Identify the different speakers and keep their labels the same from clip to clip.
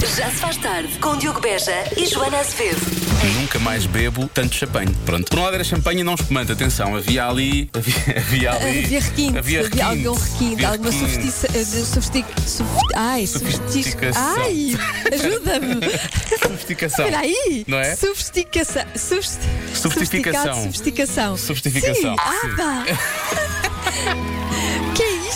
Speaker 1: Já se faz tarde com Diogo Beja e Joana Azevedo.
Speaker 2: Nunca mais bebo tanto champanhe. Pronto. Por um lado era champanhe e não espumante. Atenção, havia ali. Havia, havia ali.
Speaker 3: Havia requinte,
Speaker 2: Havia
Speaker 3: havia,
Speaker 2: requinte.
Speaker 3: algum requinte,
Speaker 2: havia
Speaker 3: alguma eh,
Speaker 2: requinte.
Speaker 3: sofisticação. Ai, sofisticação.
Speaker 2: Sofisticação.
Speaker 3: Ai, ajuda-me. Então,
Speaker 2: Sofisticação.
Speaker 3: Espera aí.
Speaker 2: Não é?
Speaker 3: Sofisticação. Sofist...
Speaker 2: Sofisticação.
Speaker 3: sofisticado, Sofisticação.
Speaker 2: Sofisticação,
Speaker 3: Sim. Ah,
Speaker 2: sim.
Speaker 3: pá. que é isto?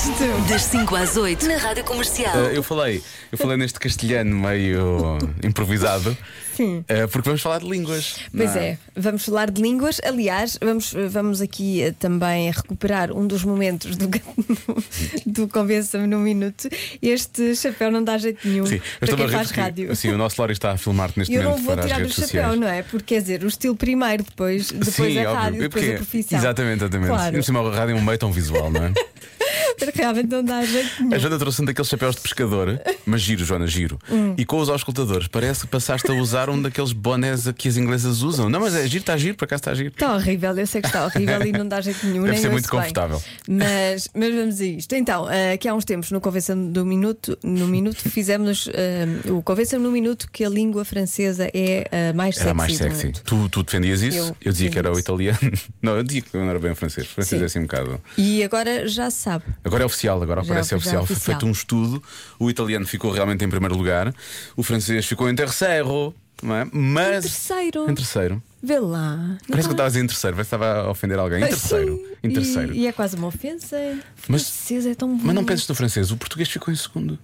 Speaker 1: Das 5 às 8 na Rádio Comercial.
Speaker 2: Ah, eu falei, eu falei neste castelhano meio improvisado.
Speaker 4: Sim.
Speaker 2: ah, porque vamos falar de línguas.
Speaker 4: Pois
Speaker 2: não
Speaker 4: é, vamos falar de línguas. Aliás, vamos, vamos aqui eh, também recuperar um dos momentos do, do Convença-me num Minuto. Este chapéu não dá jeito nenhum
Speaker 2: Sim, eu
Speaker 4: para
Speaker 2: estou-me a
Speaker 4: quem
Speaker 2: rir
Speaker 4: faz
Speaker 2: porque, assim,
Speaker 4: rádio.
Speaker 2: Sim, o nosso Lori está a filmar-te neste
Speaker 4: E eu não
Speaker 2: momento
Speaker 4: vou
Speaker 2: para as
Speaker 4: tirar o
Speaker 2: redes
Speaker 4: chapéu,
Speaker 2: sociais.
Speaker 4: não é? Porque quer dizer, o estilo primeiro, depois, depois
Speaker 2: sim,
Speaker 4: a
Speaker 2: óbvio.
Speaker 4: rádio,
Speaker 2: É
Speaker 4: depois
Speaker 2: porque-
Speaker 4: a profissão.
Speaker 2: Exatamente, exatamente.
Speaker 4: Claro.
Speaker 2: E por cima, a rádio é um meio tão visual, não é?
Speaker 4: Realmente não dá jeito
Speaker 2: A
Speaker 4: nenhum.
Speaker 2: Joana trouxe um daqueles chapéus de pescador, mas giro, Joana, giro.
Speaker 4: Hum.
Speaker 2: E com os auscultadores, parece que passaste a usar um daqueles bonés que as inglesas usam. Não, mas é giro, está giro, por acaso está giro.
Speaker 4: Está horrível, eu sei que está horrível e não dá jeito nenhum.
Speaker 2: Deve
Speaker 4: nem
Speaker 2: ser
Speaker 4: ouço
Speaker 2: muito
Speaker 4: bem.
Speaker 2: confortável.
Speaker 4: Mas, mas vamos a isto. Então, eh, que há uns tempos no Convenção do Minuto, no Minuto fizemos eh, o Convenção no Minuto que a língua francesa é a mais
Speaker 2: Era
Speaker 4: sexy.
Speaker 2: mais
Speaker 4: do
Speaker 2: sexy.
Speaker 4: mundo.
Speaker 2: Tu, tu defendias isso? Eu,
Speaker 4: é? Eu
Speaker 2: dizia que era o
Speaker 4: defendi
Speaker 2: italiano. Não, eu dizia que não era bem o francês. O francês
Speaker 4: Sim.
Speaker 2: é assim um bocado.
Speaker 4: E agora já se sabe.
Speaker 2: Agora é oficial, agora
Speaker 4: Já-
Speaker 2: parece
Speaker 4: já
Speaker 2: oficial. Foi
Speaker 4: oficial.
Speaker 2: feito um estudo. O italiano ficou realmente em primeiro lugar. O francês ficou em terceiro. Não é? Mas.
Speaker 4: Em terceiro.
Speaker 2: Em terceiro.
Speaker 4: Vê lá.
Speaker 2: Parece que eu estava a dizer em terceiro, parece que estava a ofender alguém. Em terceiro.
Speaker 4: Ah, Sim,
Speaker 2: Em
Speaker 4: e-
Speaker 2: terceiro.
Speaker 4: E, é quase uma ofensa.
Speaker 2: Mas-
Speaker 4: Mas, francês é tão bom.
Speaker 2: Mas não penses no francês, o português ficou em segundo.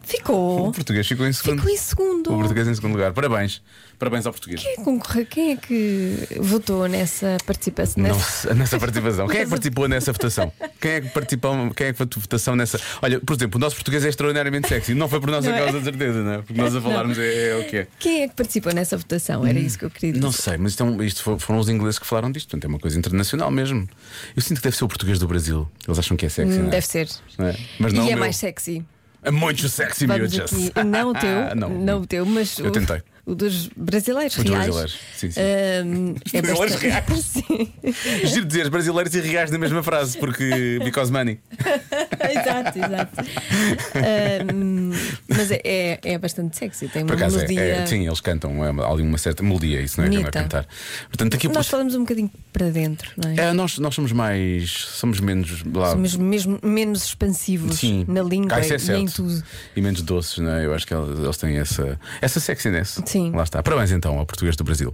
Speaker 2: O
Speaker 4: Ficou.
Speaker 2: português ficou em segundo.
Speaker 4: Ficou em segundo.
Speaker 2: O português em segundo lugar. Parabéns. Parabéns ao português.
Speaker 4: Quem é que concorreu? Quem é que votou nessa participação?
Speaker 2: Não,
Speaker 4: Nessa-
Speaker 2: sei- nessa participação. Quem é que participou nessa votação? Quem é que participou? Quem é que foi votação nessa? Olha, por exemplo, o nosso português é extraordinariamente sexy. Não foi por nossa
Speaker 4: Não é?
Speaker 2: causa, de certeza, não é? Porque nós a falarmos é, é o que é.
Speaker 4: Quem é que participou nessa votação? Era isso que eu queria dizer.
Speaker 2: Não sei, mas isto, é um- isto fo- foram os ingleses que falaram disto, portanto é uma coisa internacional mesmo. Eu sinto que deve ser o português do Brasil. Eles acham que é sexy, não
Speaker 4: Hum,
Speaker 2: é?
Speaker 4: Deve ser.
Speaker 2: Não é? Mas não o
Speaker 4: e é
Speaker 2: meu.
Speaker 4: mais sexy.
Speaker 2: É muito sexy,
Speaker 4: Vamos
Speaker 2: miúdas.
Speaker 4: aqui. Não o teu,
Speaker 2: Ah, Não.
Speaker 4: não. o teu, mas
Speaker 2: Eu
Speaker 4: o,
Speaker 2: tentei.
Speaker 4: o dos brasileiros
Speaker 2: Os
Speaker 4: reais.
Speaker 2: brasileiros, sim, sim.
Speaker 4: ahm, é
Speaker 2: Brasileiros
Speaker 4: bastante-
Speaker 2: reais.
Speaker 4: Sim,
Speaker 2: Giro dizer brasileiros e reais na mesma frase, porque because money.
Speaker 4: exato, exato. Ahm, mas é, é, é bastante sexy, tem
Speaker 2: Por
Speaker 4: uma
Speaker 2: acaso, é,
Speaker 4: melodia.
Speaker 2: é- sim, eles cantam, é, há ali uma certa melodia, isso não é que não é
Speaker 4: Bonita.
Speaker 2: cantar. Portanto, aqui
Speaker 4: Nós falamos um bocadinho para dentro, não é?
Speaker 2: É, nós, nós somos mais. Somos menos. Lá,
Speaker 4: Somos mesmo menos expansivos
Speaker 2: sim.
Speaker 4: na língua
Speaker 2: Ah, isso é
Speaker 4: e
Speaker 2: certo.
Speaker 4: em tudo.
Speaker 2: E menos doces, não é? Eu acho que eles, eles têm essa, essa sexiness.
Speaker 4: Sim.
Speaker 2: Lá está. Parabéns então ao português do Brasil.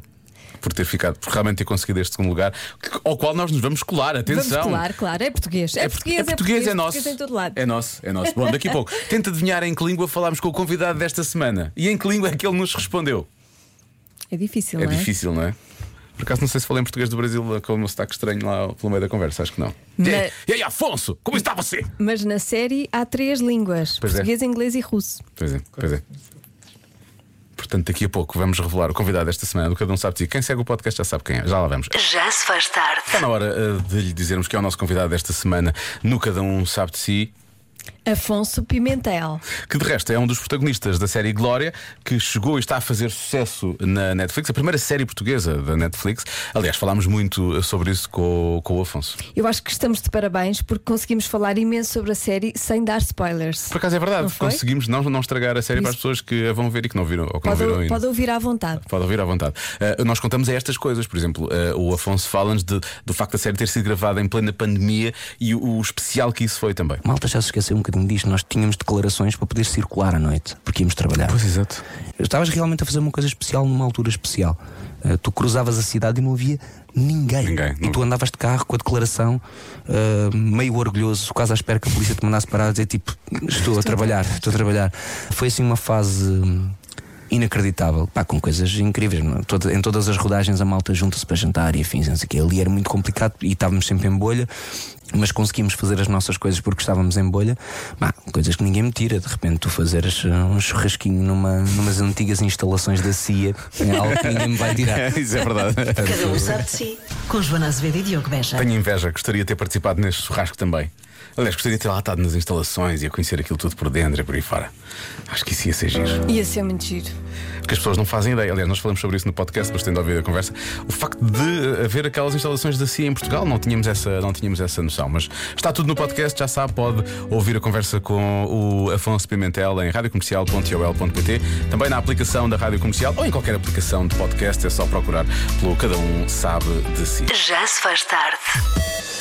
Speaker 2: Por ter ficado, por realmente ter conseguido este segundo lugar, que- ao qual nós nos vamos colar, atenção.
Speaker 4: Vamos colar, claro, é português. É, português,
Speaker 2: é português, é nosso.
Speaker 4: português em todo lado.
Speaker 2: É nosso, é nosso. Bom, daqui a pouco, tenta adivinhar em que língua falámos com o convidado desta semana e em que língua é que ele nos respondeu.
Speaker 4: É difícil,
Speaker 2: É
Speaker 4: não é?
Speaker 2: difícil, não é? Por acaso não sei se falei em português do Brasil com o meu sotaque estranho lá pelo meio da conversa, acho que não.
Speaker 4: Mas-
Speaker 2: E- E aí, Afonso, como está você?
Speaker 4: Mas na série há três línguas:
Speaker 2: Pois é.
Speaker 4: português, inglês e russo.
Speaker 2: Pois é, pois é. Portanto, daqui a pouco vamos revelar o convidado desta semana do Cada Um Sabe Dizer. Quem segue o podcast já sabe quem é, já lá vamos.
Speaker 1: Já se faz tarde.
Speaker 2: Está na hora eh, de lhe dizermos que é o nosso convidado desta semana no Cada Um Sabe de Si,
Speaker 4: Afonso Pimentel.
Speaker 2: que de resto é um dos protagonistas da série Glória, que chegou e está a fazer sucesso na Netflix, a primeira série portuguesa da Netflix. Aliás, falámos muito eh, sobre isso com, o- com o Afonso.
Speaker 4: Eu acho que estamos de parabéns porque conseguimos falar imenso sobre a série sem dar spoilers.
Speaker 2: Por acaso é verdade,
Speaker 4: Não foi?
Speaker 2: conseguimos não, não estragar a série
Speaker 4: Isso.
Speaker 2: para as pessoas que a vão ver e que não viram ou que não
Speaker 4: Pode,
Speaker 2: viram ainda.
Speaker 4: pode ouvir à vontade.
Speaker 2: Pode ouvir à vontade. Eh, nós contamos é estas coisas, por exemplo, eh, o Afonso fala-nos de- do facto da série ter sido gravada em plena pandemia e o, o especial que isso foi também.
Speaker 5: Malta já se esqueceu um bocadinho disto. Nós tínhamos declarações para poder circular à noite, porque íamos trabalhar.
Speaker 2: exato.
Speaker 5: Estavas realmente a fazer uma coisa especial numa altura especial. Uh, tu cruzavas a cidade e não havia ninguém.
Speaker 2: Ninguém,
Speaker 5: E tu
Speaker 2: não.
Speaker 5: andavas de carro com a declaração uh, meio orgulhoso, quase à espera que a polícia te mandasse parar e dizer tipo, estou a trabalhar, estou a trabalhar. Foi assim uma fase. hum, Inacreditável, pá, com coisas incríveis. não é? Toda- em todas as rodagens a malta junta-se para jantar e afins, não sei o quê. Ali era muito complicado e estávamos sempre em bolha, mas conseguimos fazer as nossas coisas porque estávamos em bolha. Pá, coisas que ninguém me tira. De repente, tu fazeres uh, um churrasquinho numa, numas antigas instalações da CIA é algo que ninguém me vai tirar.
Speaker 2: isso é verdade.
Speaker 1: Cada um sabe de si. Com Joana Azevedo e Diogo Beja.
Speaker 2: Tenho inveja, gostaria de ter participado neste churrasco também. Aliás, gostaria de ter lá estado nas instalações e a conhecer aquilo tudo por dentro e por aí fora. Acho que isso ia ser giro.
Speaker 4: Ia ser muito giro.
Speaker 2: Porque as pessoas não fazem ideia. Aliás, nós falamos sobre isso no podcast, mas tendo ouvido a conversa. O facto de eh, haver aquelas instalações da CIA em Portugal, não tínhamos essa, não tínhamos essa noção. Mas está tudo no podcast, já sabe, pode ouvir a conversa com o Afonso Pimentel em radiocomercial.ol.pt, também na aplicação da Rádio Comercial ou em qualquer aplicação de podcast, é só procurar pelo Cada Um Sabe de Si.
Speaker 1: Já se faz tarde.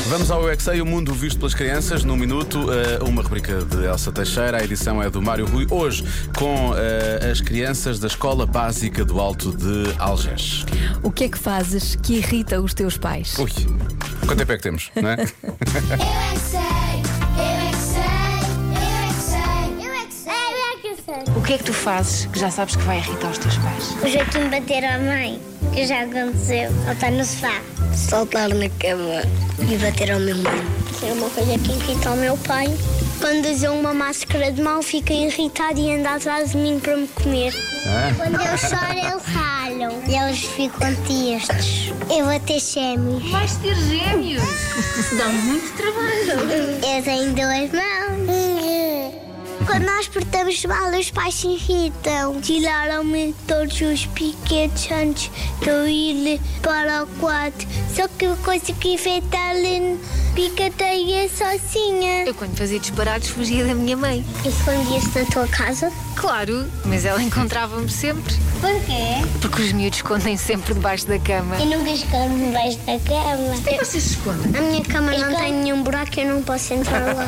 Speaker 2: Vamos ao UXA, o mundo visto pelas crianças, num minuto, eh, uma rubrica de Elsa Teixeira, a edição é do Mário Rui, hoje com eh, as crianças da Escola Básica do Alto de Algés.
Speaker 4: O que é que fazes que irrita os teus pais?
Speaker 2: Ui, quanto tempo é que temos, não é?
Speaker 6: Eu é que sei, eu é que sei, eu é que sei, eu é que sei, eu é que sei.
Speaker 7: O que é que tu fazes que já sabes que vai irritar os teus pais?
Speaker 6: O jeitinho de bater à mãe, que já aconteceu, ela está no sofá.
Speaker 8: saltar na cama e bater ao meu mãe.
Speaker 6: É uma coisa que irrita o meu pai. Quando usa uma máscara de mal, fica irritado e anda atrás de mim para me comer. Quando eu choro, eles ralham. E eles ficam tristes. Eu vou ter gêmeos.
Speaker 7: Vais ter gêmeos! Isso dá muito trabalho!
Speaker 6: Eu tenho É duas mãos. Quando nós portamos mal, os pais se irritam. Tiraram-me todos os piquetes antes de eu ir para o quarto. Só que eu consegui enfeitar-lhe picateia sozinha.
Speaker 7: Eu quando fazia disparados fugia da minha mãe.
Speaker 6: Escondias-te na tua casa?
Speaker 7: Claro, mas ela encontrava-me sempre.
Speaker 6: Porquê?
Speaker 7: Porque os miúdos escondem sempre debaixo da cama.
Speaker 6: Eu nunca escondo debaixo da cama.
Speaker 7: E vocês se escondem?
Speaker 6: A minha cama não tem nenhum buraco, eu não posso entrar lá.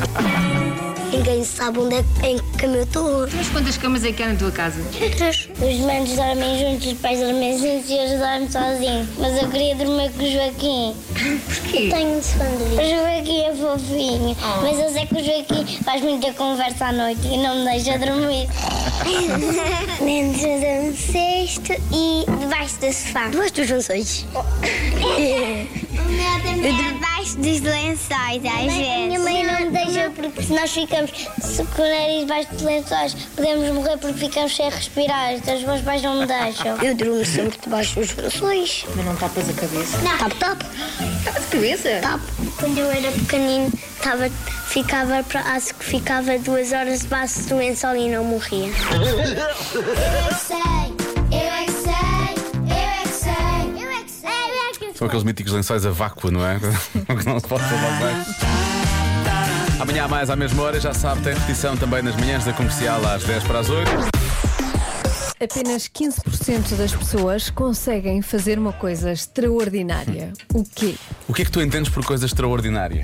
Speaker 6: Ninguém sabe onde é que eu estou.
Speaker 7: Mas quantas camas é que há na tua casa?
Speaker 6: Os manos dormem juntos, os pais dormem juntos e eles dormem sozinhos. Mas eu queria dormir com o Joaquim.
Speaker 7: Porquê? Oh.
Speaker 6: Tenho de esconder. O Joaquim é fofinho. Mas eu sei que o Joaquim faz muita conversa à noite e não me deixa dormir. Dentro de um cesto e debaixo do sofá.
Speaker 8: Duas dos lençóis.
Speaker 6: O meu também é abaixo dos lençóis, às vezes. A minha mãe não me deixa porque se nós ficamos se com o nariz debaixo dos lençóis, podemos morrer porque ficamos sem respirar. Então os meus pais não me deixam.
Speaker 8: Eu durmo sempre debaixo dos lençóis.
Speaker 7: Mas não tapas a cabeça.
Speaker 8: Tap, tap.
Speaker 7: Tapas a cabeça?
Speaker 6: Quando eu era pequenino, tava, ficava, pra- acho que ficava duas horas debaixo do lençol e não morria. Eu é que sei, eu é que sei, eu é que sei, eu é que sei, eu é que sei.
Speaker 2: São aqueles míticos lençóis a vácuo, não é? que não se pode falar mais. Amanhã há mais à mesma hora, já sabe, tem repetição também nas manhãs da comercial às 10 para as 8.
Speaker 4: Apenas 15% das pessoas conseguem fazer uma coisa extraordinária. O quê?
Speaker 2: O que é que tu entendes por coisa extraordinária?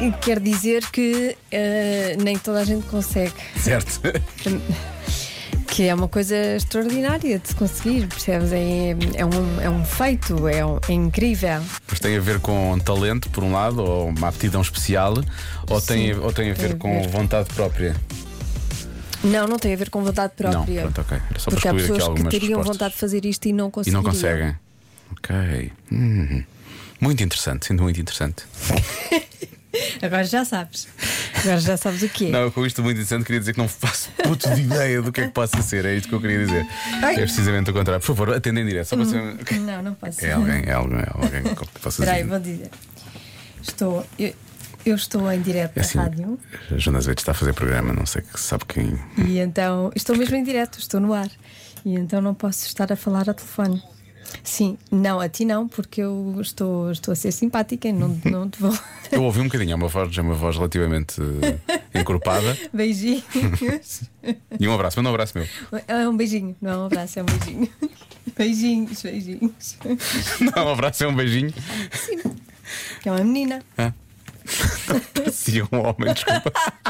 Speaker 4: E Quer dizer que eh, nem toda a gente consegue.
Speaker 2: Certo?
Speaker 4: Que é uma coisa extraordinária de se conseguir, percebes? É, é um, é um feito, é, um- é incrível.
Speaker 2: Mas tem a ver com talento, por um lado, ou uma aptidão especial, ou, tem, ou tem a ver
Speaker 4: tem a
Speaker 2: com
Speaker 4: ver.
Speaker 2: vontade própria?
Speaker 4: Não, não tem a ver com vontade própria.
Speaker 2: Não, pronto, ok. Era só para
Speaker 4: Porque
Speaker 2: excluir
Speaker 4: há
Speaker 2: aqui
Speaker 4: pessoas que
Speaker 2: algumas
Speaker 4: teriam
Speaker 2: respostas.
Speaker 4: vontade de fazer isto e não
Speaker 2: E
Speaker 4: conseguem.
Speaker 2: não conseguem. Ok. Hum. Muito interessante, sinto muito interessante.
Speaker 4: Agora já sabes. Agora já sabes o que é.
Speaker 2: Não, eu com isto muito interessante queria dizer que não faço puto de ideia do que é que possa ser. É isto que eu queria dizer. É precisamente o contrário. Por favor, atendem direto. Só para
Speaker 4: Hum.
Speaker 2: saber- Ok.
Speaker 4: Não, não posso.
Speaker 2: É alguém, é alguém, é alguém que possa
Speaker 4: Espera aí,
Speaker 2: dizer.
Speaker 4: vou dizer. Estou, eu, eu estou em direto
Speaker 2: É
Speaker 4: da
Speaker 2: assim,
Speaker 4: rádio
Speaker 2: a Jonas Vete está a fazer programa, não sei que sabe quem.
Speaker 4: e então estou mesmo em direto, estou no ar. E então não posso estar a falar a telefone. Sim, não, a ti não, porque eu estou, estou a ser simpática e não, não te vou.
Speaker 2: Eu ouvi um bocadinho, é uma voz, é uma voz relativamente eh, encorpada.
Speaker 4: Beijinhos.
Speaker 2: E um abraço, mas não um abraço meu.
Speaker 4: É um beijinho, não é um abraço, é um beijinho. Beijinhos, beijinhos.
Speaker 2: Não, um abraço é um beijinho.
Speaker 4: Que é uma menina.
Speaker 2: Parecia um homem, desculpa.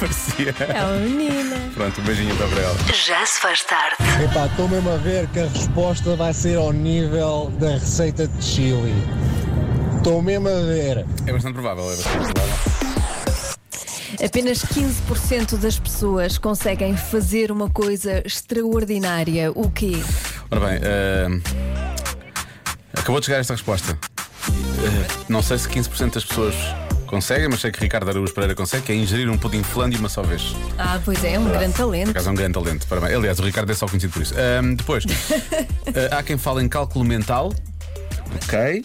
Speaker 2: Parecia.
Speaker 4: É uma menina.
Speaker 2: Pronto, um beijinho então para ela.
Speaker 1: Já se faz tarde.
Speaker 9: Epá, estou mesmo a ver que a resposta vai ser ao nível da receita de chili. Estou mesmo a ver.
Speaker 2: É bastante provável, é bastante provável.
Speaker 3: Apenas 15% das pessoas conseguem fazer uma coisa extraordinária. O quê?
Speaker 2: Ora bem, ahm, acabou de chegar esta resposta. Ah, não sei se 15% das pessoas conseguem, mas sei que Ricardo Araújo Pereira consegue, que é ingerir um pudim flan de uma só vez.
Speaker 3: Ah, pois é, é um grande
Speaker 2: Por
Speaker 3: talento.
Speaker 2: acaso é um grande talento. Parabéns. Aliás, o Ricardo é só conhecido por isso. Ahm, depois, eh, ah, há quem fale em cálculo mental. Ok.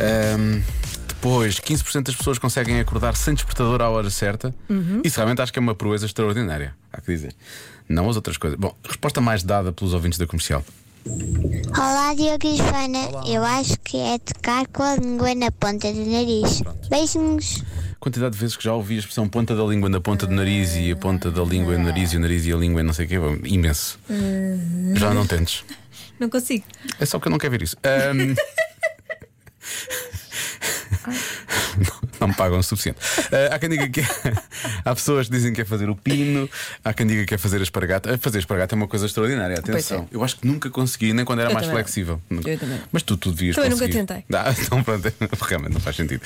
Speaker 2: Ahm, depois 15% das pessoas conseguem acordar sem despertador à hora certa. Isso realmente acho que é uma proeza extraordinária, há que dizer. Não as outras coisas. Bom, resposta mais dada pelos ouvintes da comercial.
Speaker 6: Olá, Diogo e Joana. Eu acho que é tocar com a língua na ponta do nariz. Beijinhos.
Speaker 2: Quantidade de vezes que já ouvi a expressão ponta da língua na ponta do nariz e a ponta da língua no nariz e o nariz e a língua e não sei o quê, bom, imenso. Já não tentes.
Speaker 4: Não consigo.
Speaker 2: É só que eu não quero ver isso. Ahm. Não- Não me pagam o suficiente. Ah, há quem diga que há pessoas que dizem que é fazer o pino, há quem diga que é fazer a espargata. Ah, Fazer a espargata é uma coisa extraordinária, atenção. Eu acho que nunca consegui, nem quando era
Speaker 4: Eu
Speaker 2: mais
Speaker 4: também não.
Speaker 2: flexível. Nunca.
Speaker 4: Eu também não.
Speaker 2: Mas tu, tu devias
Speaker 4: Também nunca
Speaker 2: conseguir.
Speaker 4: tentei.
Speaker 2: Ah, então pronto, realmente não faz sentido.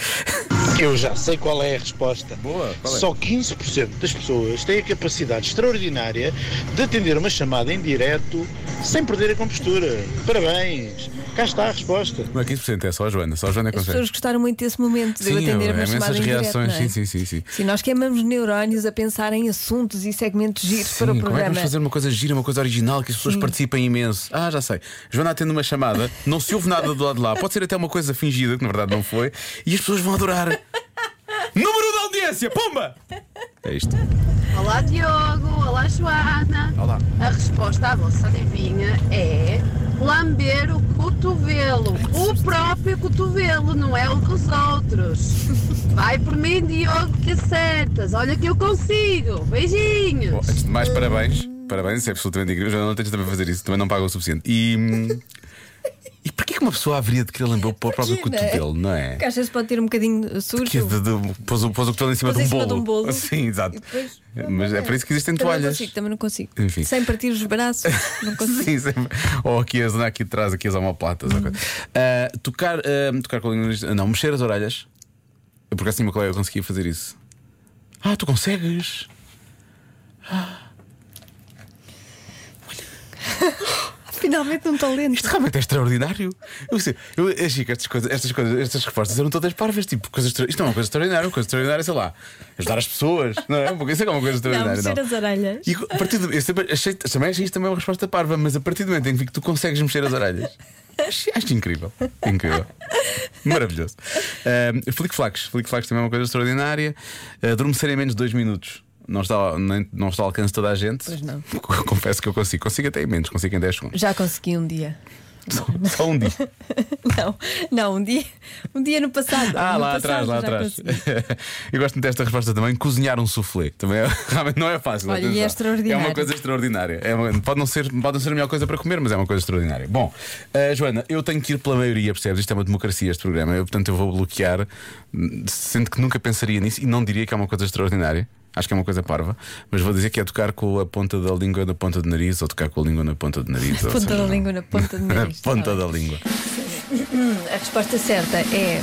Speaker 10: Eu já sei qual é a resposta.
Speaker 2: Boa, qual é?
Speaker 10: Só 15% das pessoas têm a capacidade extraordinária de atender uma chamada em direto sem perder a compostura. Parabéns! Cá está a resposta.
Speaker 2: Não é 15%, é só a Joana, só a Joana
Speaker 3: As
Speaker 2: consegue.
Speaker 3: pessoas gostaram muito desse momento de eu
Speaker 2: Sim,
Speaker 3: atender
Speaker 2: é
Speaker 3: uma chamada
Speaker 2: imensas
Speaker 3: em direto,
Speaker 2: reações,
Speaker 3: não é?
Speaker 2: sim, sim, sim, sim.
Speaker 3: Sim, nós queimamos neurónios a pensar em assuntos e segmentos giros para
Speaker 2: Sim,
Speaker 3: o
Speaker 2: Como é que
Speaker 3: programa.
Speaker 2: vamos fazer uma coisa gira, uma coisa original, que as pessoas participem imenso? Ah, já sei. Joana atende uma chamada, não se ouve nada do lado de lá, pode ser até uma coisa fingida, que na verdade não foi, e as pessoas vão adorar. Número da audiência, pumba! É isto.
Speaker 7: Olá Diogo, olá Joana.
Speaker 2: Olá.
Speaker 7: A resposta à vossa adivinha é lamber o cotovelo. O próprio cotovelo, não é o dos outros. Vai por mim, Diogo, que acertas. Olha que eu consigo.
Speaker 2: Bom,
Speaker 7: Beijinhos.
Speaker 2: antes de mais, parabéns. Parabéns, isso é absolutamente incrível. Joana, não tens também a fazer isso, também não paga o suficiente. E. hum, E porquê que uma pessoa haveria de querer lembrar o próprio
Speaker 4: Imagina.
Speaker 2: cotovelo, não é?
Speaker 4: Porque às vezes pode ter um bocadinho sujo.
Speaker 2: Que é de, de, pôs, o, pôs o cotovelo em cima,
Speaker 4: Pôs
Speaker 2: de, um
Speaker 4: em cima
Speaker 2: bolo.
Speaker 4: de um bolo.
Speaker 2: Sim, exato.
Speaker 4: E depois-
Speaker 2: Mas é por isso que existem
Speaker 4: Também não
Speaker 2: toalhas.
Speaker 4: consigo, também não consigo.
Speaker 2: Enfim.
Speaker 4: Sem partir os braços, não consigo.
Speaker 2: Sim, sempre. Ou aqui a zona aqui atrás, aqui as omoplatas. ou coisa. Ah, tocar, ah, tocar com a língua. no nariz- ah, Não, mexer as orelhas. Eu, Porque assim, meu colega conseguia fazer isso. Ah, tu consegues?
Speaker 4: Finalmente um talento.
Speaker 2: Isto realmente é extraordinário. Eu, sei, eu achei que estas coisas, estas coisas, estas respostas eram todas parvas. Tipo, coisas, extra- isto não é uma coisa extraordinária. Uma coisa extraordinária, sei lá, ajudar as pessoas. Não é? Porque isso é que é uma coisa
Speaker 4: Não,
Speaker 2: extraordinária.
Speaker 4: mexer
Speaker 2: não.
Speaker 4: as orelhas.
Speaker 2: E a partir do, eu sempre achei, também achei isto também uma resposta parva, mas a partir do momento em que tu consegues mexer as orelhas, acho, acho incrível. Incrível. Maravilhoso. Um, Flick Flax. Flick Flax também é uma coisa extraordinária. Uh, adormecer em menos de dois minutos. Não está, nem- não está ao alcance de toda a gente. Pois
Speaker 3: não.
Speaker 2: Confesso que eu consigo. Consigo até em menos, consigo em 10 segundos.
Speaker 3: Já consegui um dia.
Speaker 2: Só, só um dia.
Speaker 4: Não, não, um dia, um dia no passado.
Speaker 2: Ah,
Speaker 4: No
Speaker 2: lá atrás,
Speaker 4: passado
Speaker 2: lá
Speaker 4: já
Speaker 2: atrás.
Speaker 4: consegui.
Speaker 2: Eu gosto muito desta resposta também. Cozinhar um soufflé. Também é- realmente não é fácil.
Speaker 4: Olha, e é
Speaker 2: atenção.
Speaker 4: extraordinário.
Speaker 2: É uma coisa extraordinária. É uma- pode, não ser, pode não ser a melhor coisa para comer, mas é uma coisa extraordinária. Bom, eh, Joana, eu tenho que ir pela maioria, percebes? Isto é uma democracia, este programa. Eu, portanto, eu vou bloquear. hum, Sinto que nunca pensaria nisso e não diria que é uma coisa extraordinária. Acho que é uma coisa parva, mas vou dizer que é tocar com a ponta da língua na ponta do nariz ou tocar com a língua na ponta do nariz. ou
Speaker 4: Ponta
Speaker 2: seja,
Speaker 4: da
Speaker 2: não-
Speaker 4: língua é na ponta do
Speaker 2: Na
Speaker 4: nariz.
Speaker 2: ponta da língua.
Speaker 3: A resposta certa é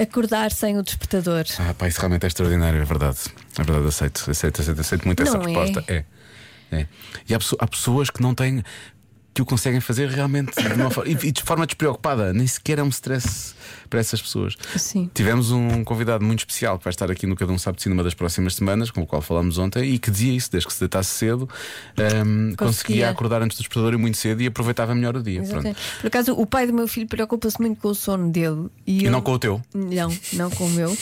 Speaker 3: acordar sem o despertador.
Speaker 2: Ah, pá, isso realmente é extraordinário, é verdade. É verdade, aceito, aceito, aceito, aceito muito essa
Speaker 3: Não é?
Speaker 2: resposta. É. é. E há, pesso- há pessoas que não têm. que o conseguem fazer realmente de uma forma, e e de forma despreocupada. Nem sequer é um stress para essas pessoas.
Speaker 3: Sim.
Speaker 2: Tivemos um convidado muito especial que vai estar aqui no Cada Um Sabe de Si numa das próximas semanas, com o qual falámos ontem, e que dizia isso, desde que se deitasse cedo, hum, conseguia.
Speaker 3: Conseguia.
Speaker 2: acordar antes do despertador e muito cedo e aproveitava melhor o dia. Pronto.
Speaker 3: Exatamente. Por acaso, o pai do meu filho preocupa-se muito com o sono dele. E,
Speaker 2: E
Speaker 3: eu-
Speaker 2: não com o teu.
Speaker 3: Não, não com o meu.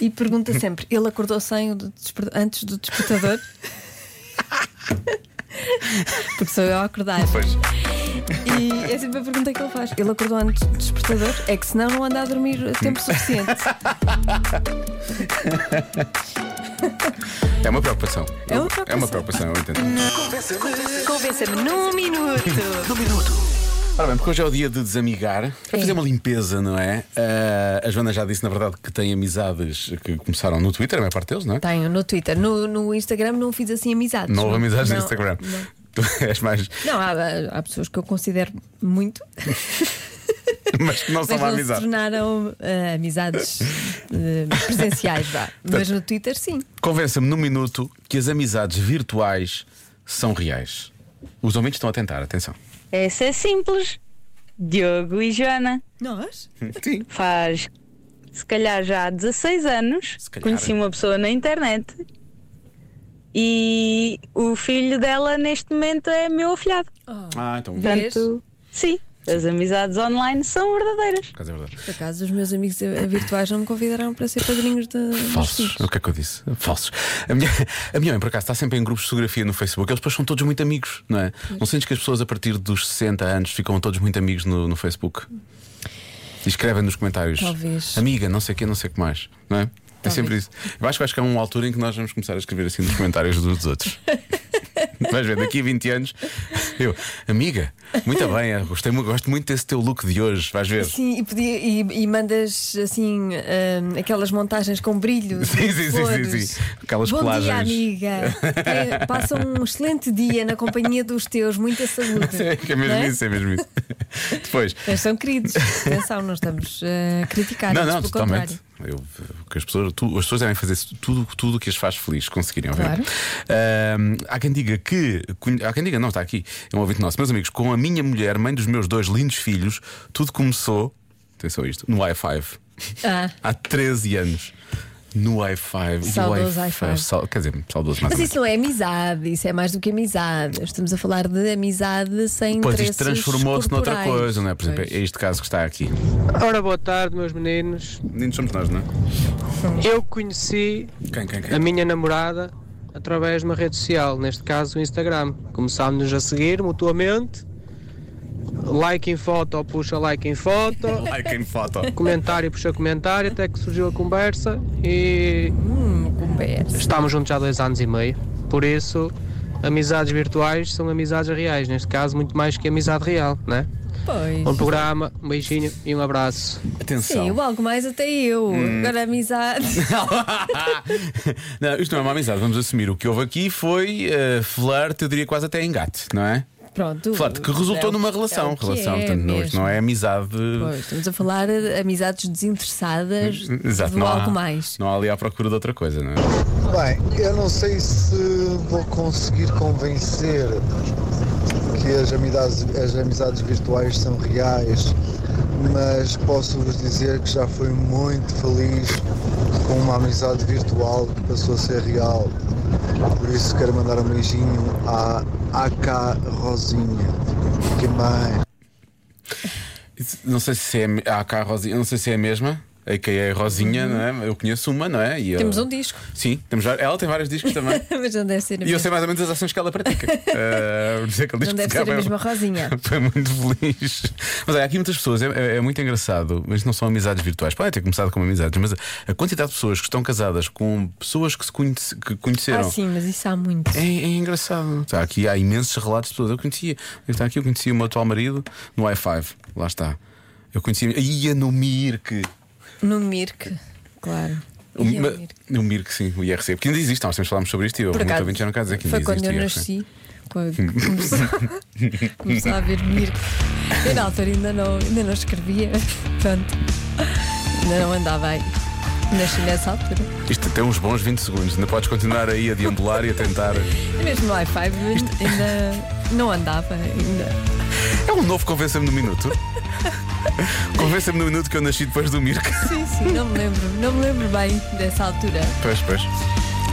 Speaker 3: E pergunta sempre: ele acordou sem o desper- antes do despertador? Porque sou eu a acordar.
Speaker 2: Pois.
Speaker 3: E é sempre a pergunta que ele faz. Ele acordou antes do despertador? É que senão não anda a dormir tempo suficiente.
Speaker 2: É uma preocupação.
Speaker 3: É uma
Speaker 2: É uma preocupação, eu entendo.
Speaker 3: Convença-me num minuto.
Speaker 2: Ora bem, porque hoje é o dia de desamigar. Para fazer uma limpeza, não é? Ah, a Joana já disse, na verdade, que tem amizades que começaram no Twitter, a maior parte deles, não é?
Speaker 3: Tenho no Twitter. No, no Instagram não fiz assim amizades.
Speaker 2: Não houve amizades no
Speaker 3: Não,
Speaker 2: Instagram. Tu és mais.
Speaker 3: Não, há, há pessoas que eu considero muito,
Speaker 2: Mas que não
Speaker 3: mas não
Speaker 2: são uma
Speaker 3: se
Speaker 2: amizade.
Speaker 3: tornaram eh, amizades eh, presenciais, vá. Mas no Twitter, sim.
Speaker 2: Convença-me num minuto que as amizades virtuais são reais. Os ouvintes estão a tentar, atenção.
Speaker 11: Essa é simples. Diogo e Joana.
Speaker 3: Nós?
Speaker 2: Sim.
Speaker 11: Faz, se calhar, já há 16 anos.
Speaker 2: Se calhar. é.
Speaker 11: Conheci uma pessoa na internet. E o filho dela, neste momento, é meu afilhado.
Speaker 2: Ah, então.
Speaker 11: Portanto, sim, As amizades online são verdadeiras.
Speaker 2: Por acaso é verdade.
Speaker 4: Por acaso, os meus amigos eh, virtuais não me convidaram para ser padrinhos de. dos
Speaker 2: Falsos.
Speaker 4: filhos.
Speaker 2: O que é que eu disse? Falsos. A minha, a minha mãe, por acaso, está sempre em grupos de fotografia no Facebook. Eles depois são todos muito amigos, não é? Não sentes que as pessoas a partir dos 60 anos ficam todos muito amigos no, no Facebook? E Escrevem nos comentários.
Speaker 4: Talvez.
Speaker 2: Amiga, não sei o quê, não sei o que mais, não é? É sempre isso. Eu acho, que- acho que há uma altura em que nós vamos começar a escrever assim nos comentários dos outros. Vais ver, daqui a 20 anos, eu, amiga, muito bem, eh, gostei, mu- gosto muito desse teu look de hoje, vais ver.
Speaker 4: Sim, e, podia- e- e mandas assim hum, aquelas montagens com brilho. de
Speaker 2: Sim, sim, sim,
Speaker 4: flores.
Speaker 2: sim, sim. Aquelas
Speaker 4: Bom
Speaker 2: colagens.
Speaker 4: dia, amiga. Tenha- Passa um excelente dia na companhia dos teus. Muita saúde.
Speaker 2: É
Speaker 4: Não
Speaker 2: mesmo
Speaker 4: é?
Speaker 2: isso, é mesmo isso. Depois,
Speaker 4: Eles são queridos. Atenção, não estamos eh, a criticar.
Speaker 2: Não,
Speaker 4: antes,
Speaker 2: não,
Speaker 4: pelo
Speaker 2: totalmente.
Speaker 4: contrário.
Speaker 2: Eu, que as, pessoas, tu- as pessoas devem fazer tudo tudo o que as faz felizes, conseguirem, obviamente. Ahm, há quem diga que. conhe- Há quem diga, não, está aqui, é um ouvinte nosso. Meus amigos, com a minha mulher, mãe dos meus dois lindos filhos, tudo começou, atenção a isto, no i5.
Speaker 4: Ah.
Speaker 2: Há 13 anos. No i5. E o
Speaker 4: Saudoso
Speaker 2: i5,
Speaker 4: i5.
Speaker 2: sal- quer dizer, saudoso mais
Speaker 4: Mas
Speaker 2: ou
Speaker 4: isso não é amizade, isso é mais do que amizade. Estamos a falar de amizade sem
Speaker 2: menos. Depois
Speaker 4: é interesses
Speaker 2: isto transformou-se noutra
Speaker 4: corporais.
Speaker 2: coisa, não é? Por exemplo, é este caso que está aqui.
Speaker 12: Ora, boa tarde, meus meninos.
Speaker 2: Meninos somos nós, não é?
Speaker 12: Eu conheci
Speaker 2: Quem, quem, quem?
Speaker 12: a minha namorada através de uma rede social, neste caso o Instagram. Começámos-nos a seguir mutuamente. Like em foto, puxa like em foto.
Speaker 2: Like em foto.
Speaker 12: Comentário, puxa comentário, até que surgiu a conversa e.
Speaker 4: conversa.
Speaker 12: Estamos juntos há dois anos e meio. Por isso, amizades virtuais são amizades reais. Neste caso, muito mais que amizade real, né?
Speaker 4: Pois.
Speaker 12: Bom programa, um beijinho e um abraço.
Speaker 4: Sim, o algo mais até eu.
Speaker 2: Hum.
Speaker 4: Agora amizade.
Speaker 2: Não, isto não é uma amizade, vamos assumir. O que houve aqui foi eh, flerte, eu diria quase até engate, não é?
Speaker 4: Pronto.
Speaker 2: Flerte que
Speaker 4: é
Speaker 2: resultou
Speaker 4: o-
Speaker 2: numa
Speaker 4: é o
Speaker 2: relação.
Speaker 4: que
Speaker 2: relação,
Speaker 4: é
Speaker 2: portanto, não, isto
Speaker 4: mesmo.
Speaker 2: não é amizade.
Speaker 4: Pois, estamos a falar de amizades desinteressadas
Speaker 2: Hum, Exato,
Speaker 4: do
Speaker 2: não há,
Speaker 4: algo mais.
Speaker 2: não há ali à procura de outra coisa, não é?
Speaker 9: Bem, eu não sei se vou conseguir convencer que as amizades, as amizades virtuais são reais, mas posso-vos dizer que já fui muito feliz com uma amizade virtual que passou a ser real. Por isso quero mandar um beijinho à AK Rosinha. Que mãe!
Speaker 2: Isso- Não sei se é a cá a Rosinha, não sei se é a mesma, a que é a Rosinha, não é? Eu conheço uma, não é? E eu-
Speaker 4: Uhum. Temos um disco.
Speaker 2: Sim, temos, já- ela tem vários discos também.
Speaker 4: Mas não deve ser a
Speaker 2: E eu
Speaker 4: mesma.
Speaker 2: sei mais ou menos as ações que ela pratica. Eh, por isso é que ele diz
Speaker 4: Não
Speaker 2: que
Speaker 4: deve
Speaker 2: tocava-
Speaker 4: ser a mesma Rosinha.
Speaker 2: Foi muito feliz. Mas olha, há aqui muitas pessoas, é, é- é muito engraçado, mas não são amizades virtuais. Podem ter começado como amizades, mas a, a quantidade de pessoas que estão casadas com pessoas que se conhece- que
Speaker 4: Ah,
Speaker 2: conheceram.
Speaker 4: sim, mas isso há muito.
Speaker 2: É, é engraçado. Está aqui, há imensos relatos de pessoas. Eu conhecia. Está aqui, eu conhecia o meu atual marido no i5. Lá está. Eu conhecia. Ia no Mirk.
Speaker 4: No Mirk, claro.
Speaker 2: O,
Speaker 4: E eu,
Speaker 2: ma-
Speaker 4: Mirk.
Speaker 2: o Mirk, sim, o IRC. Porque ainda existe, nós temos falámos sobre isto e eu
Speaker 4: Por
Speaker 2: muito
Speaker 4: acaso,
Speaker 2: ouvinte já não quero dizer que ainda
Speaker 4: Foi quando
Speaker 2: existe
Speaker 4: eu
Speaker 2: o IRC.
Speaker 4: nasci. Quando comecei, comecei a ver Mirk. Eu na altura ainda não, ainda não escrevia. Pronto. Ainda não andava aí. Nasci nessa altura.
Speaker 2: Isto tem uns bons 20 segundos. Ainda podes continuar aí a deambular e a tentar.
Speaker 4: E Mesmo no i5 ainda não andava. Ainda.
Speaker 2: É um novo Convença-me no Minuto. Convença-me no Minuto que eu nasci depois do Mirko.
Speaker 4: Sim, sim, não me lembro. Não me lembro bem dessa altura.
Speaker 2: Pois, pois.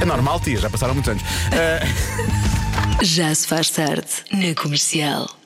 Speaker 2: É normal, tia, já passaram muitos anos. Ah,
Speaker 1: Já se faz tarde na comercial.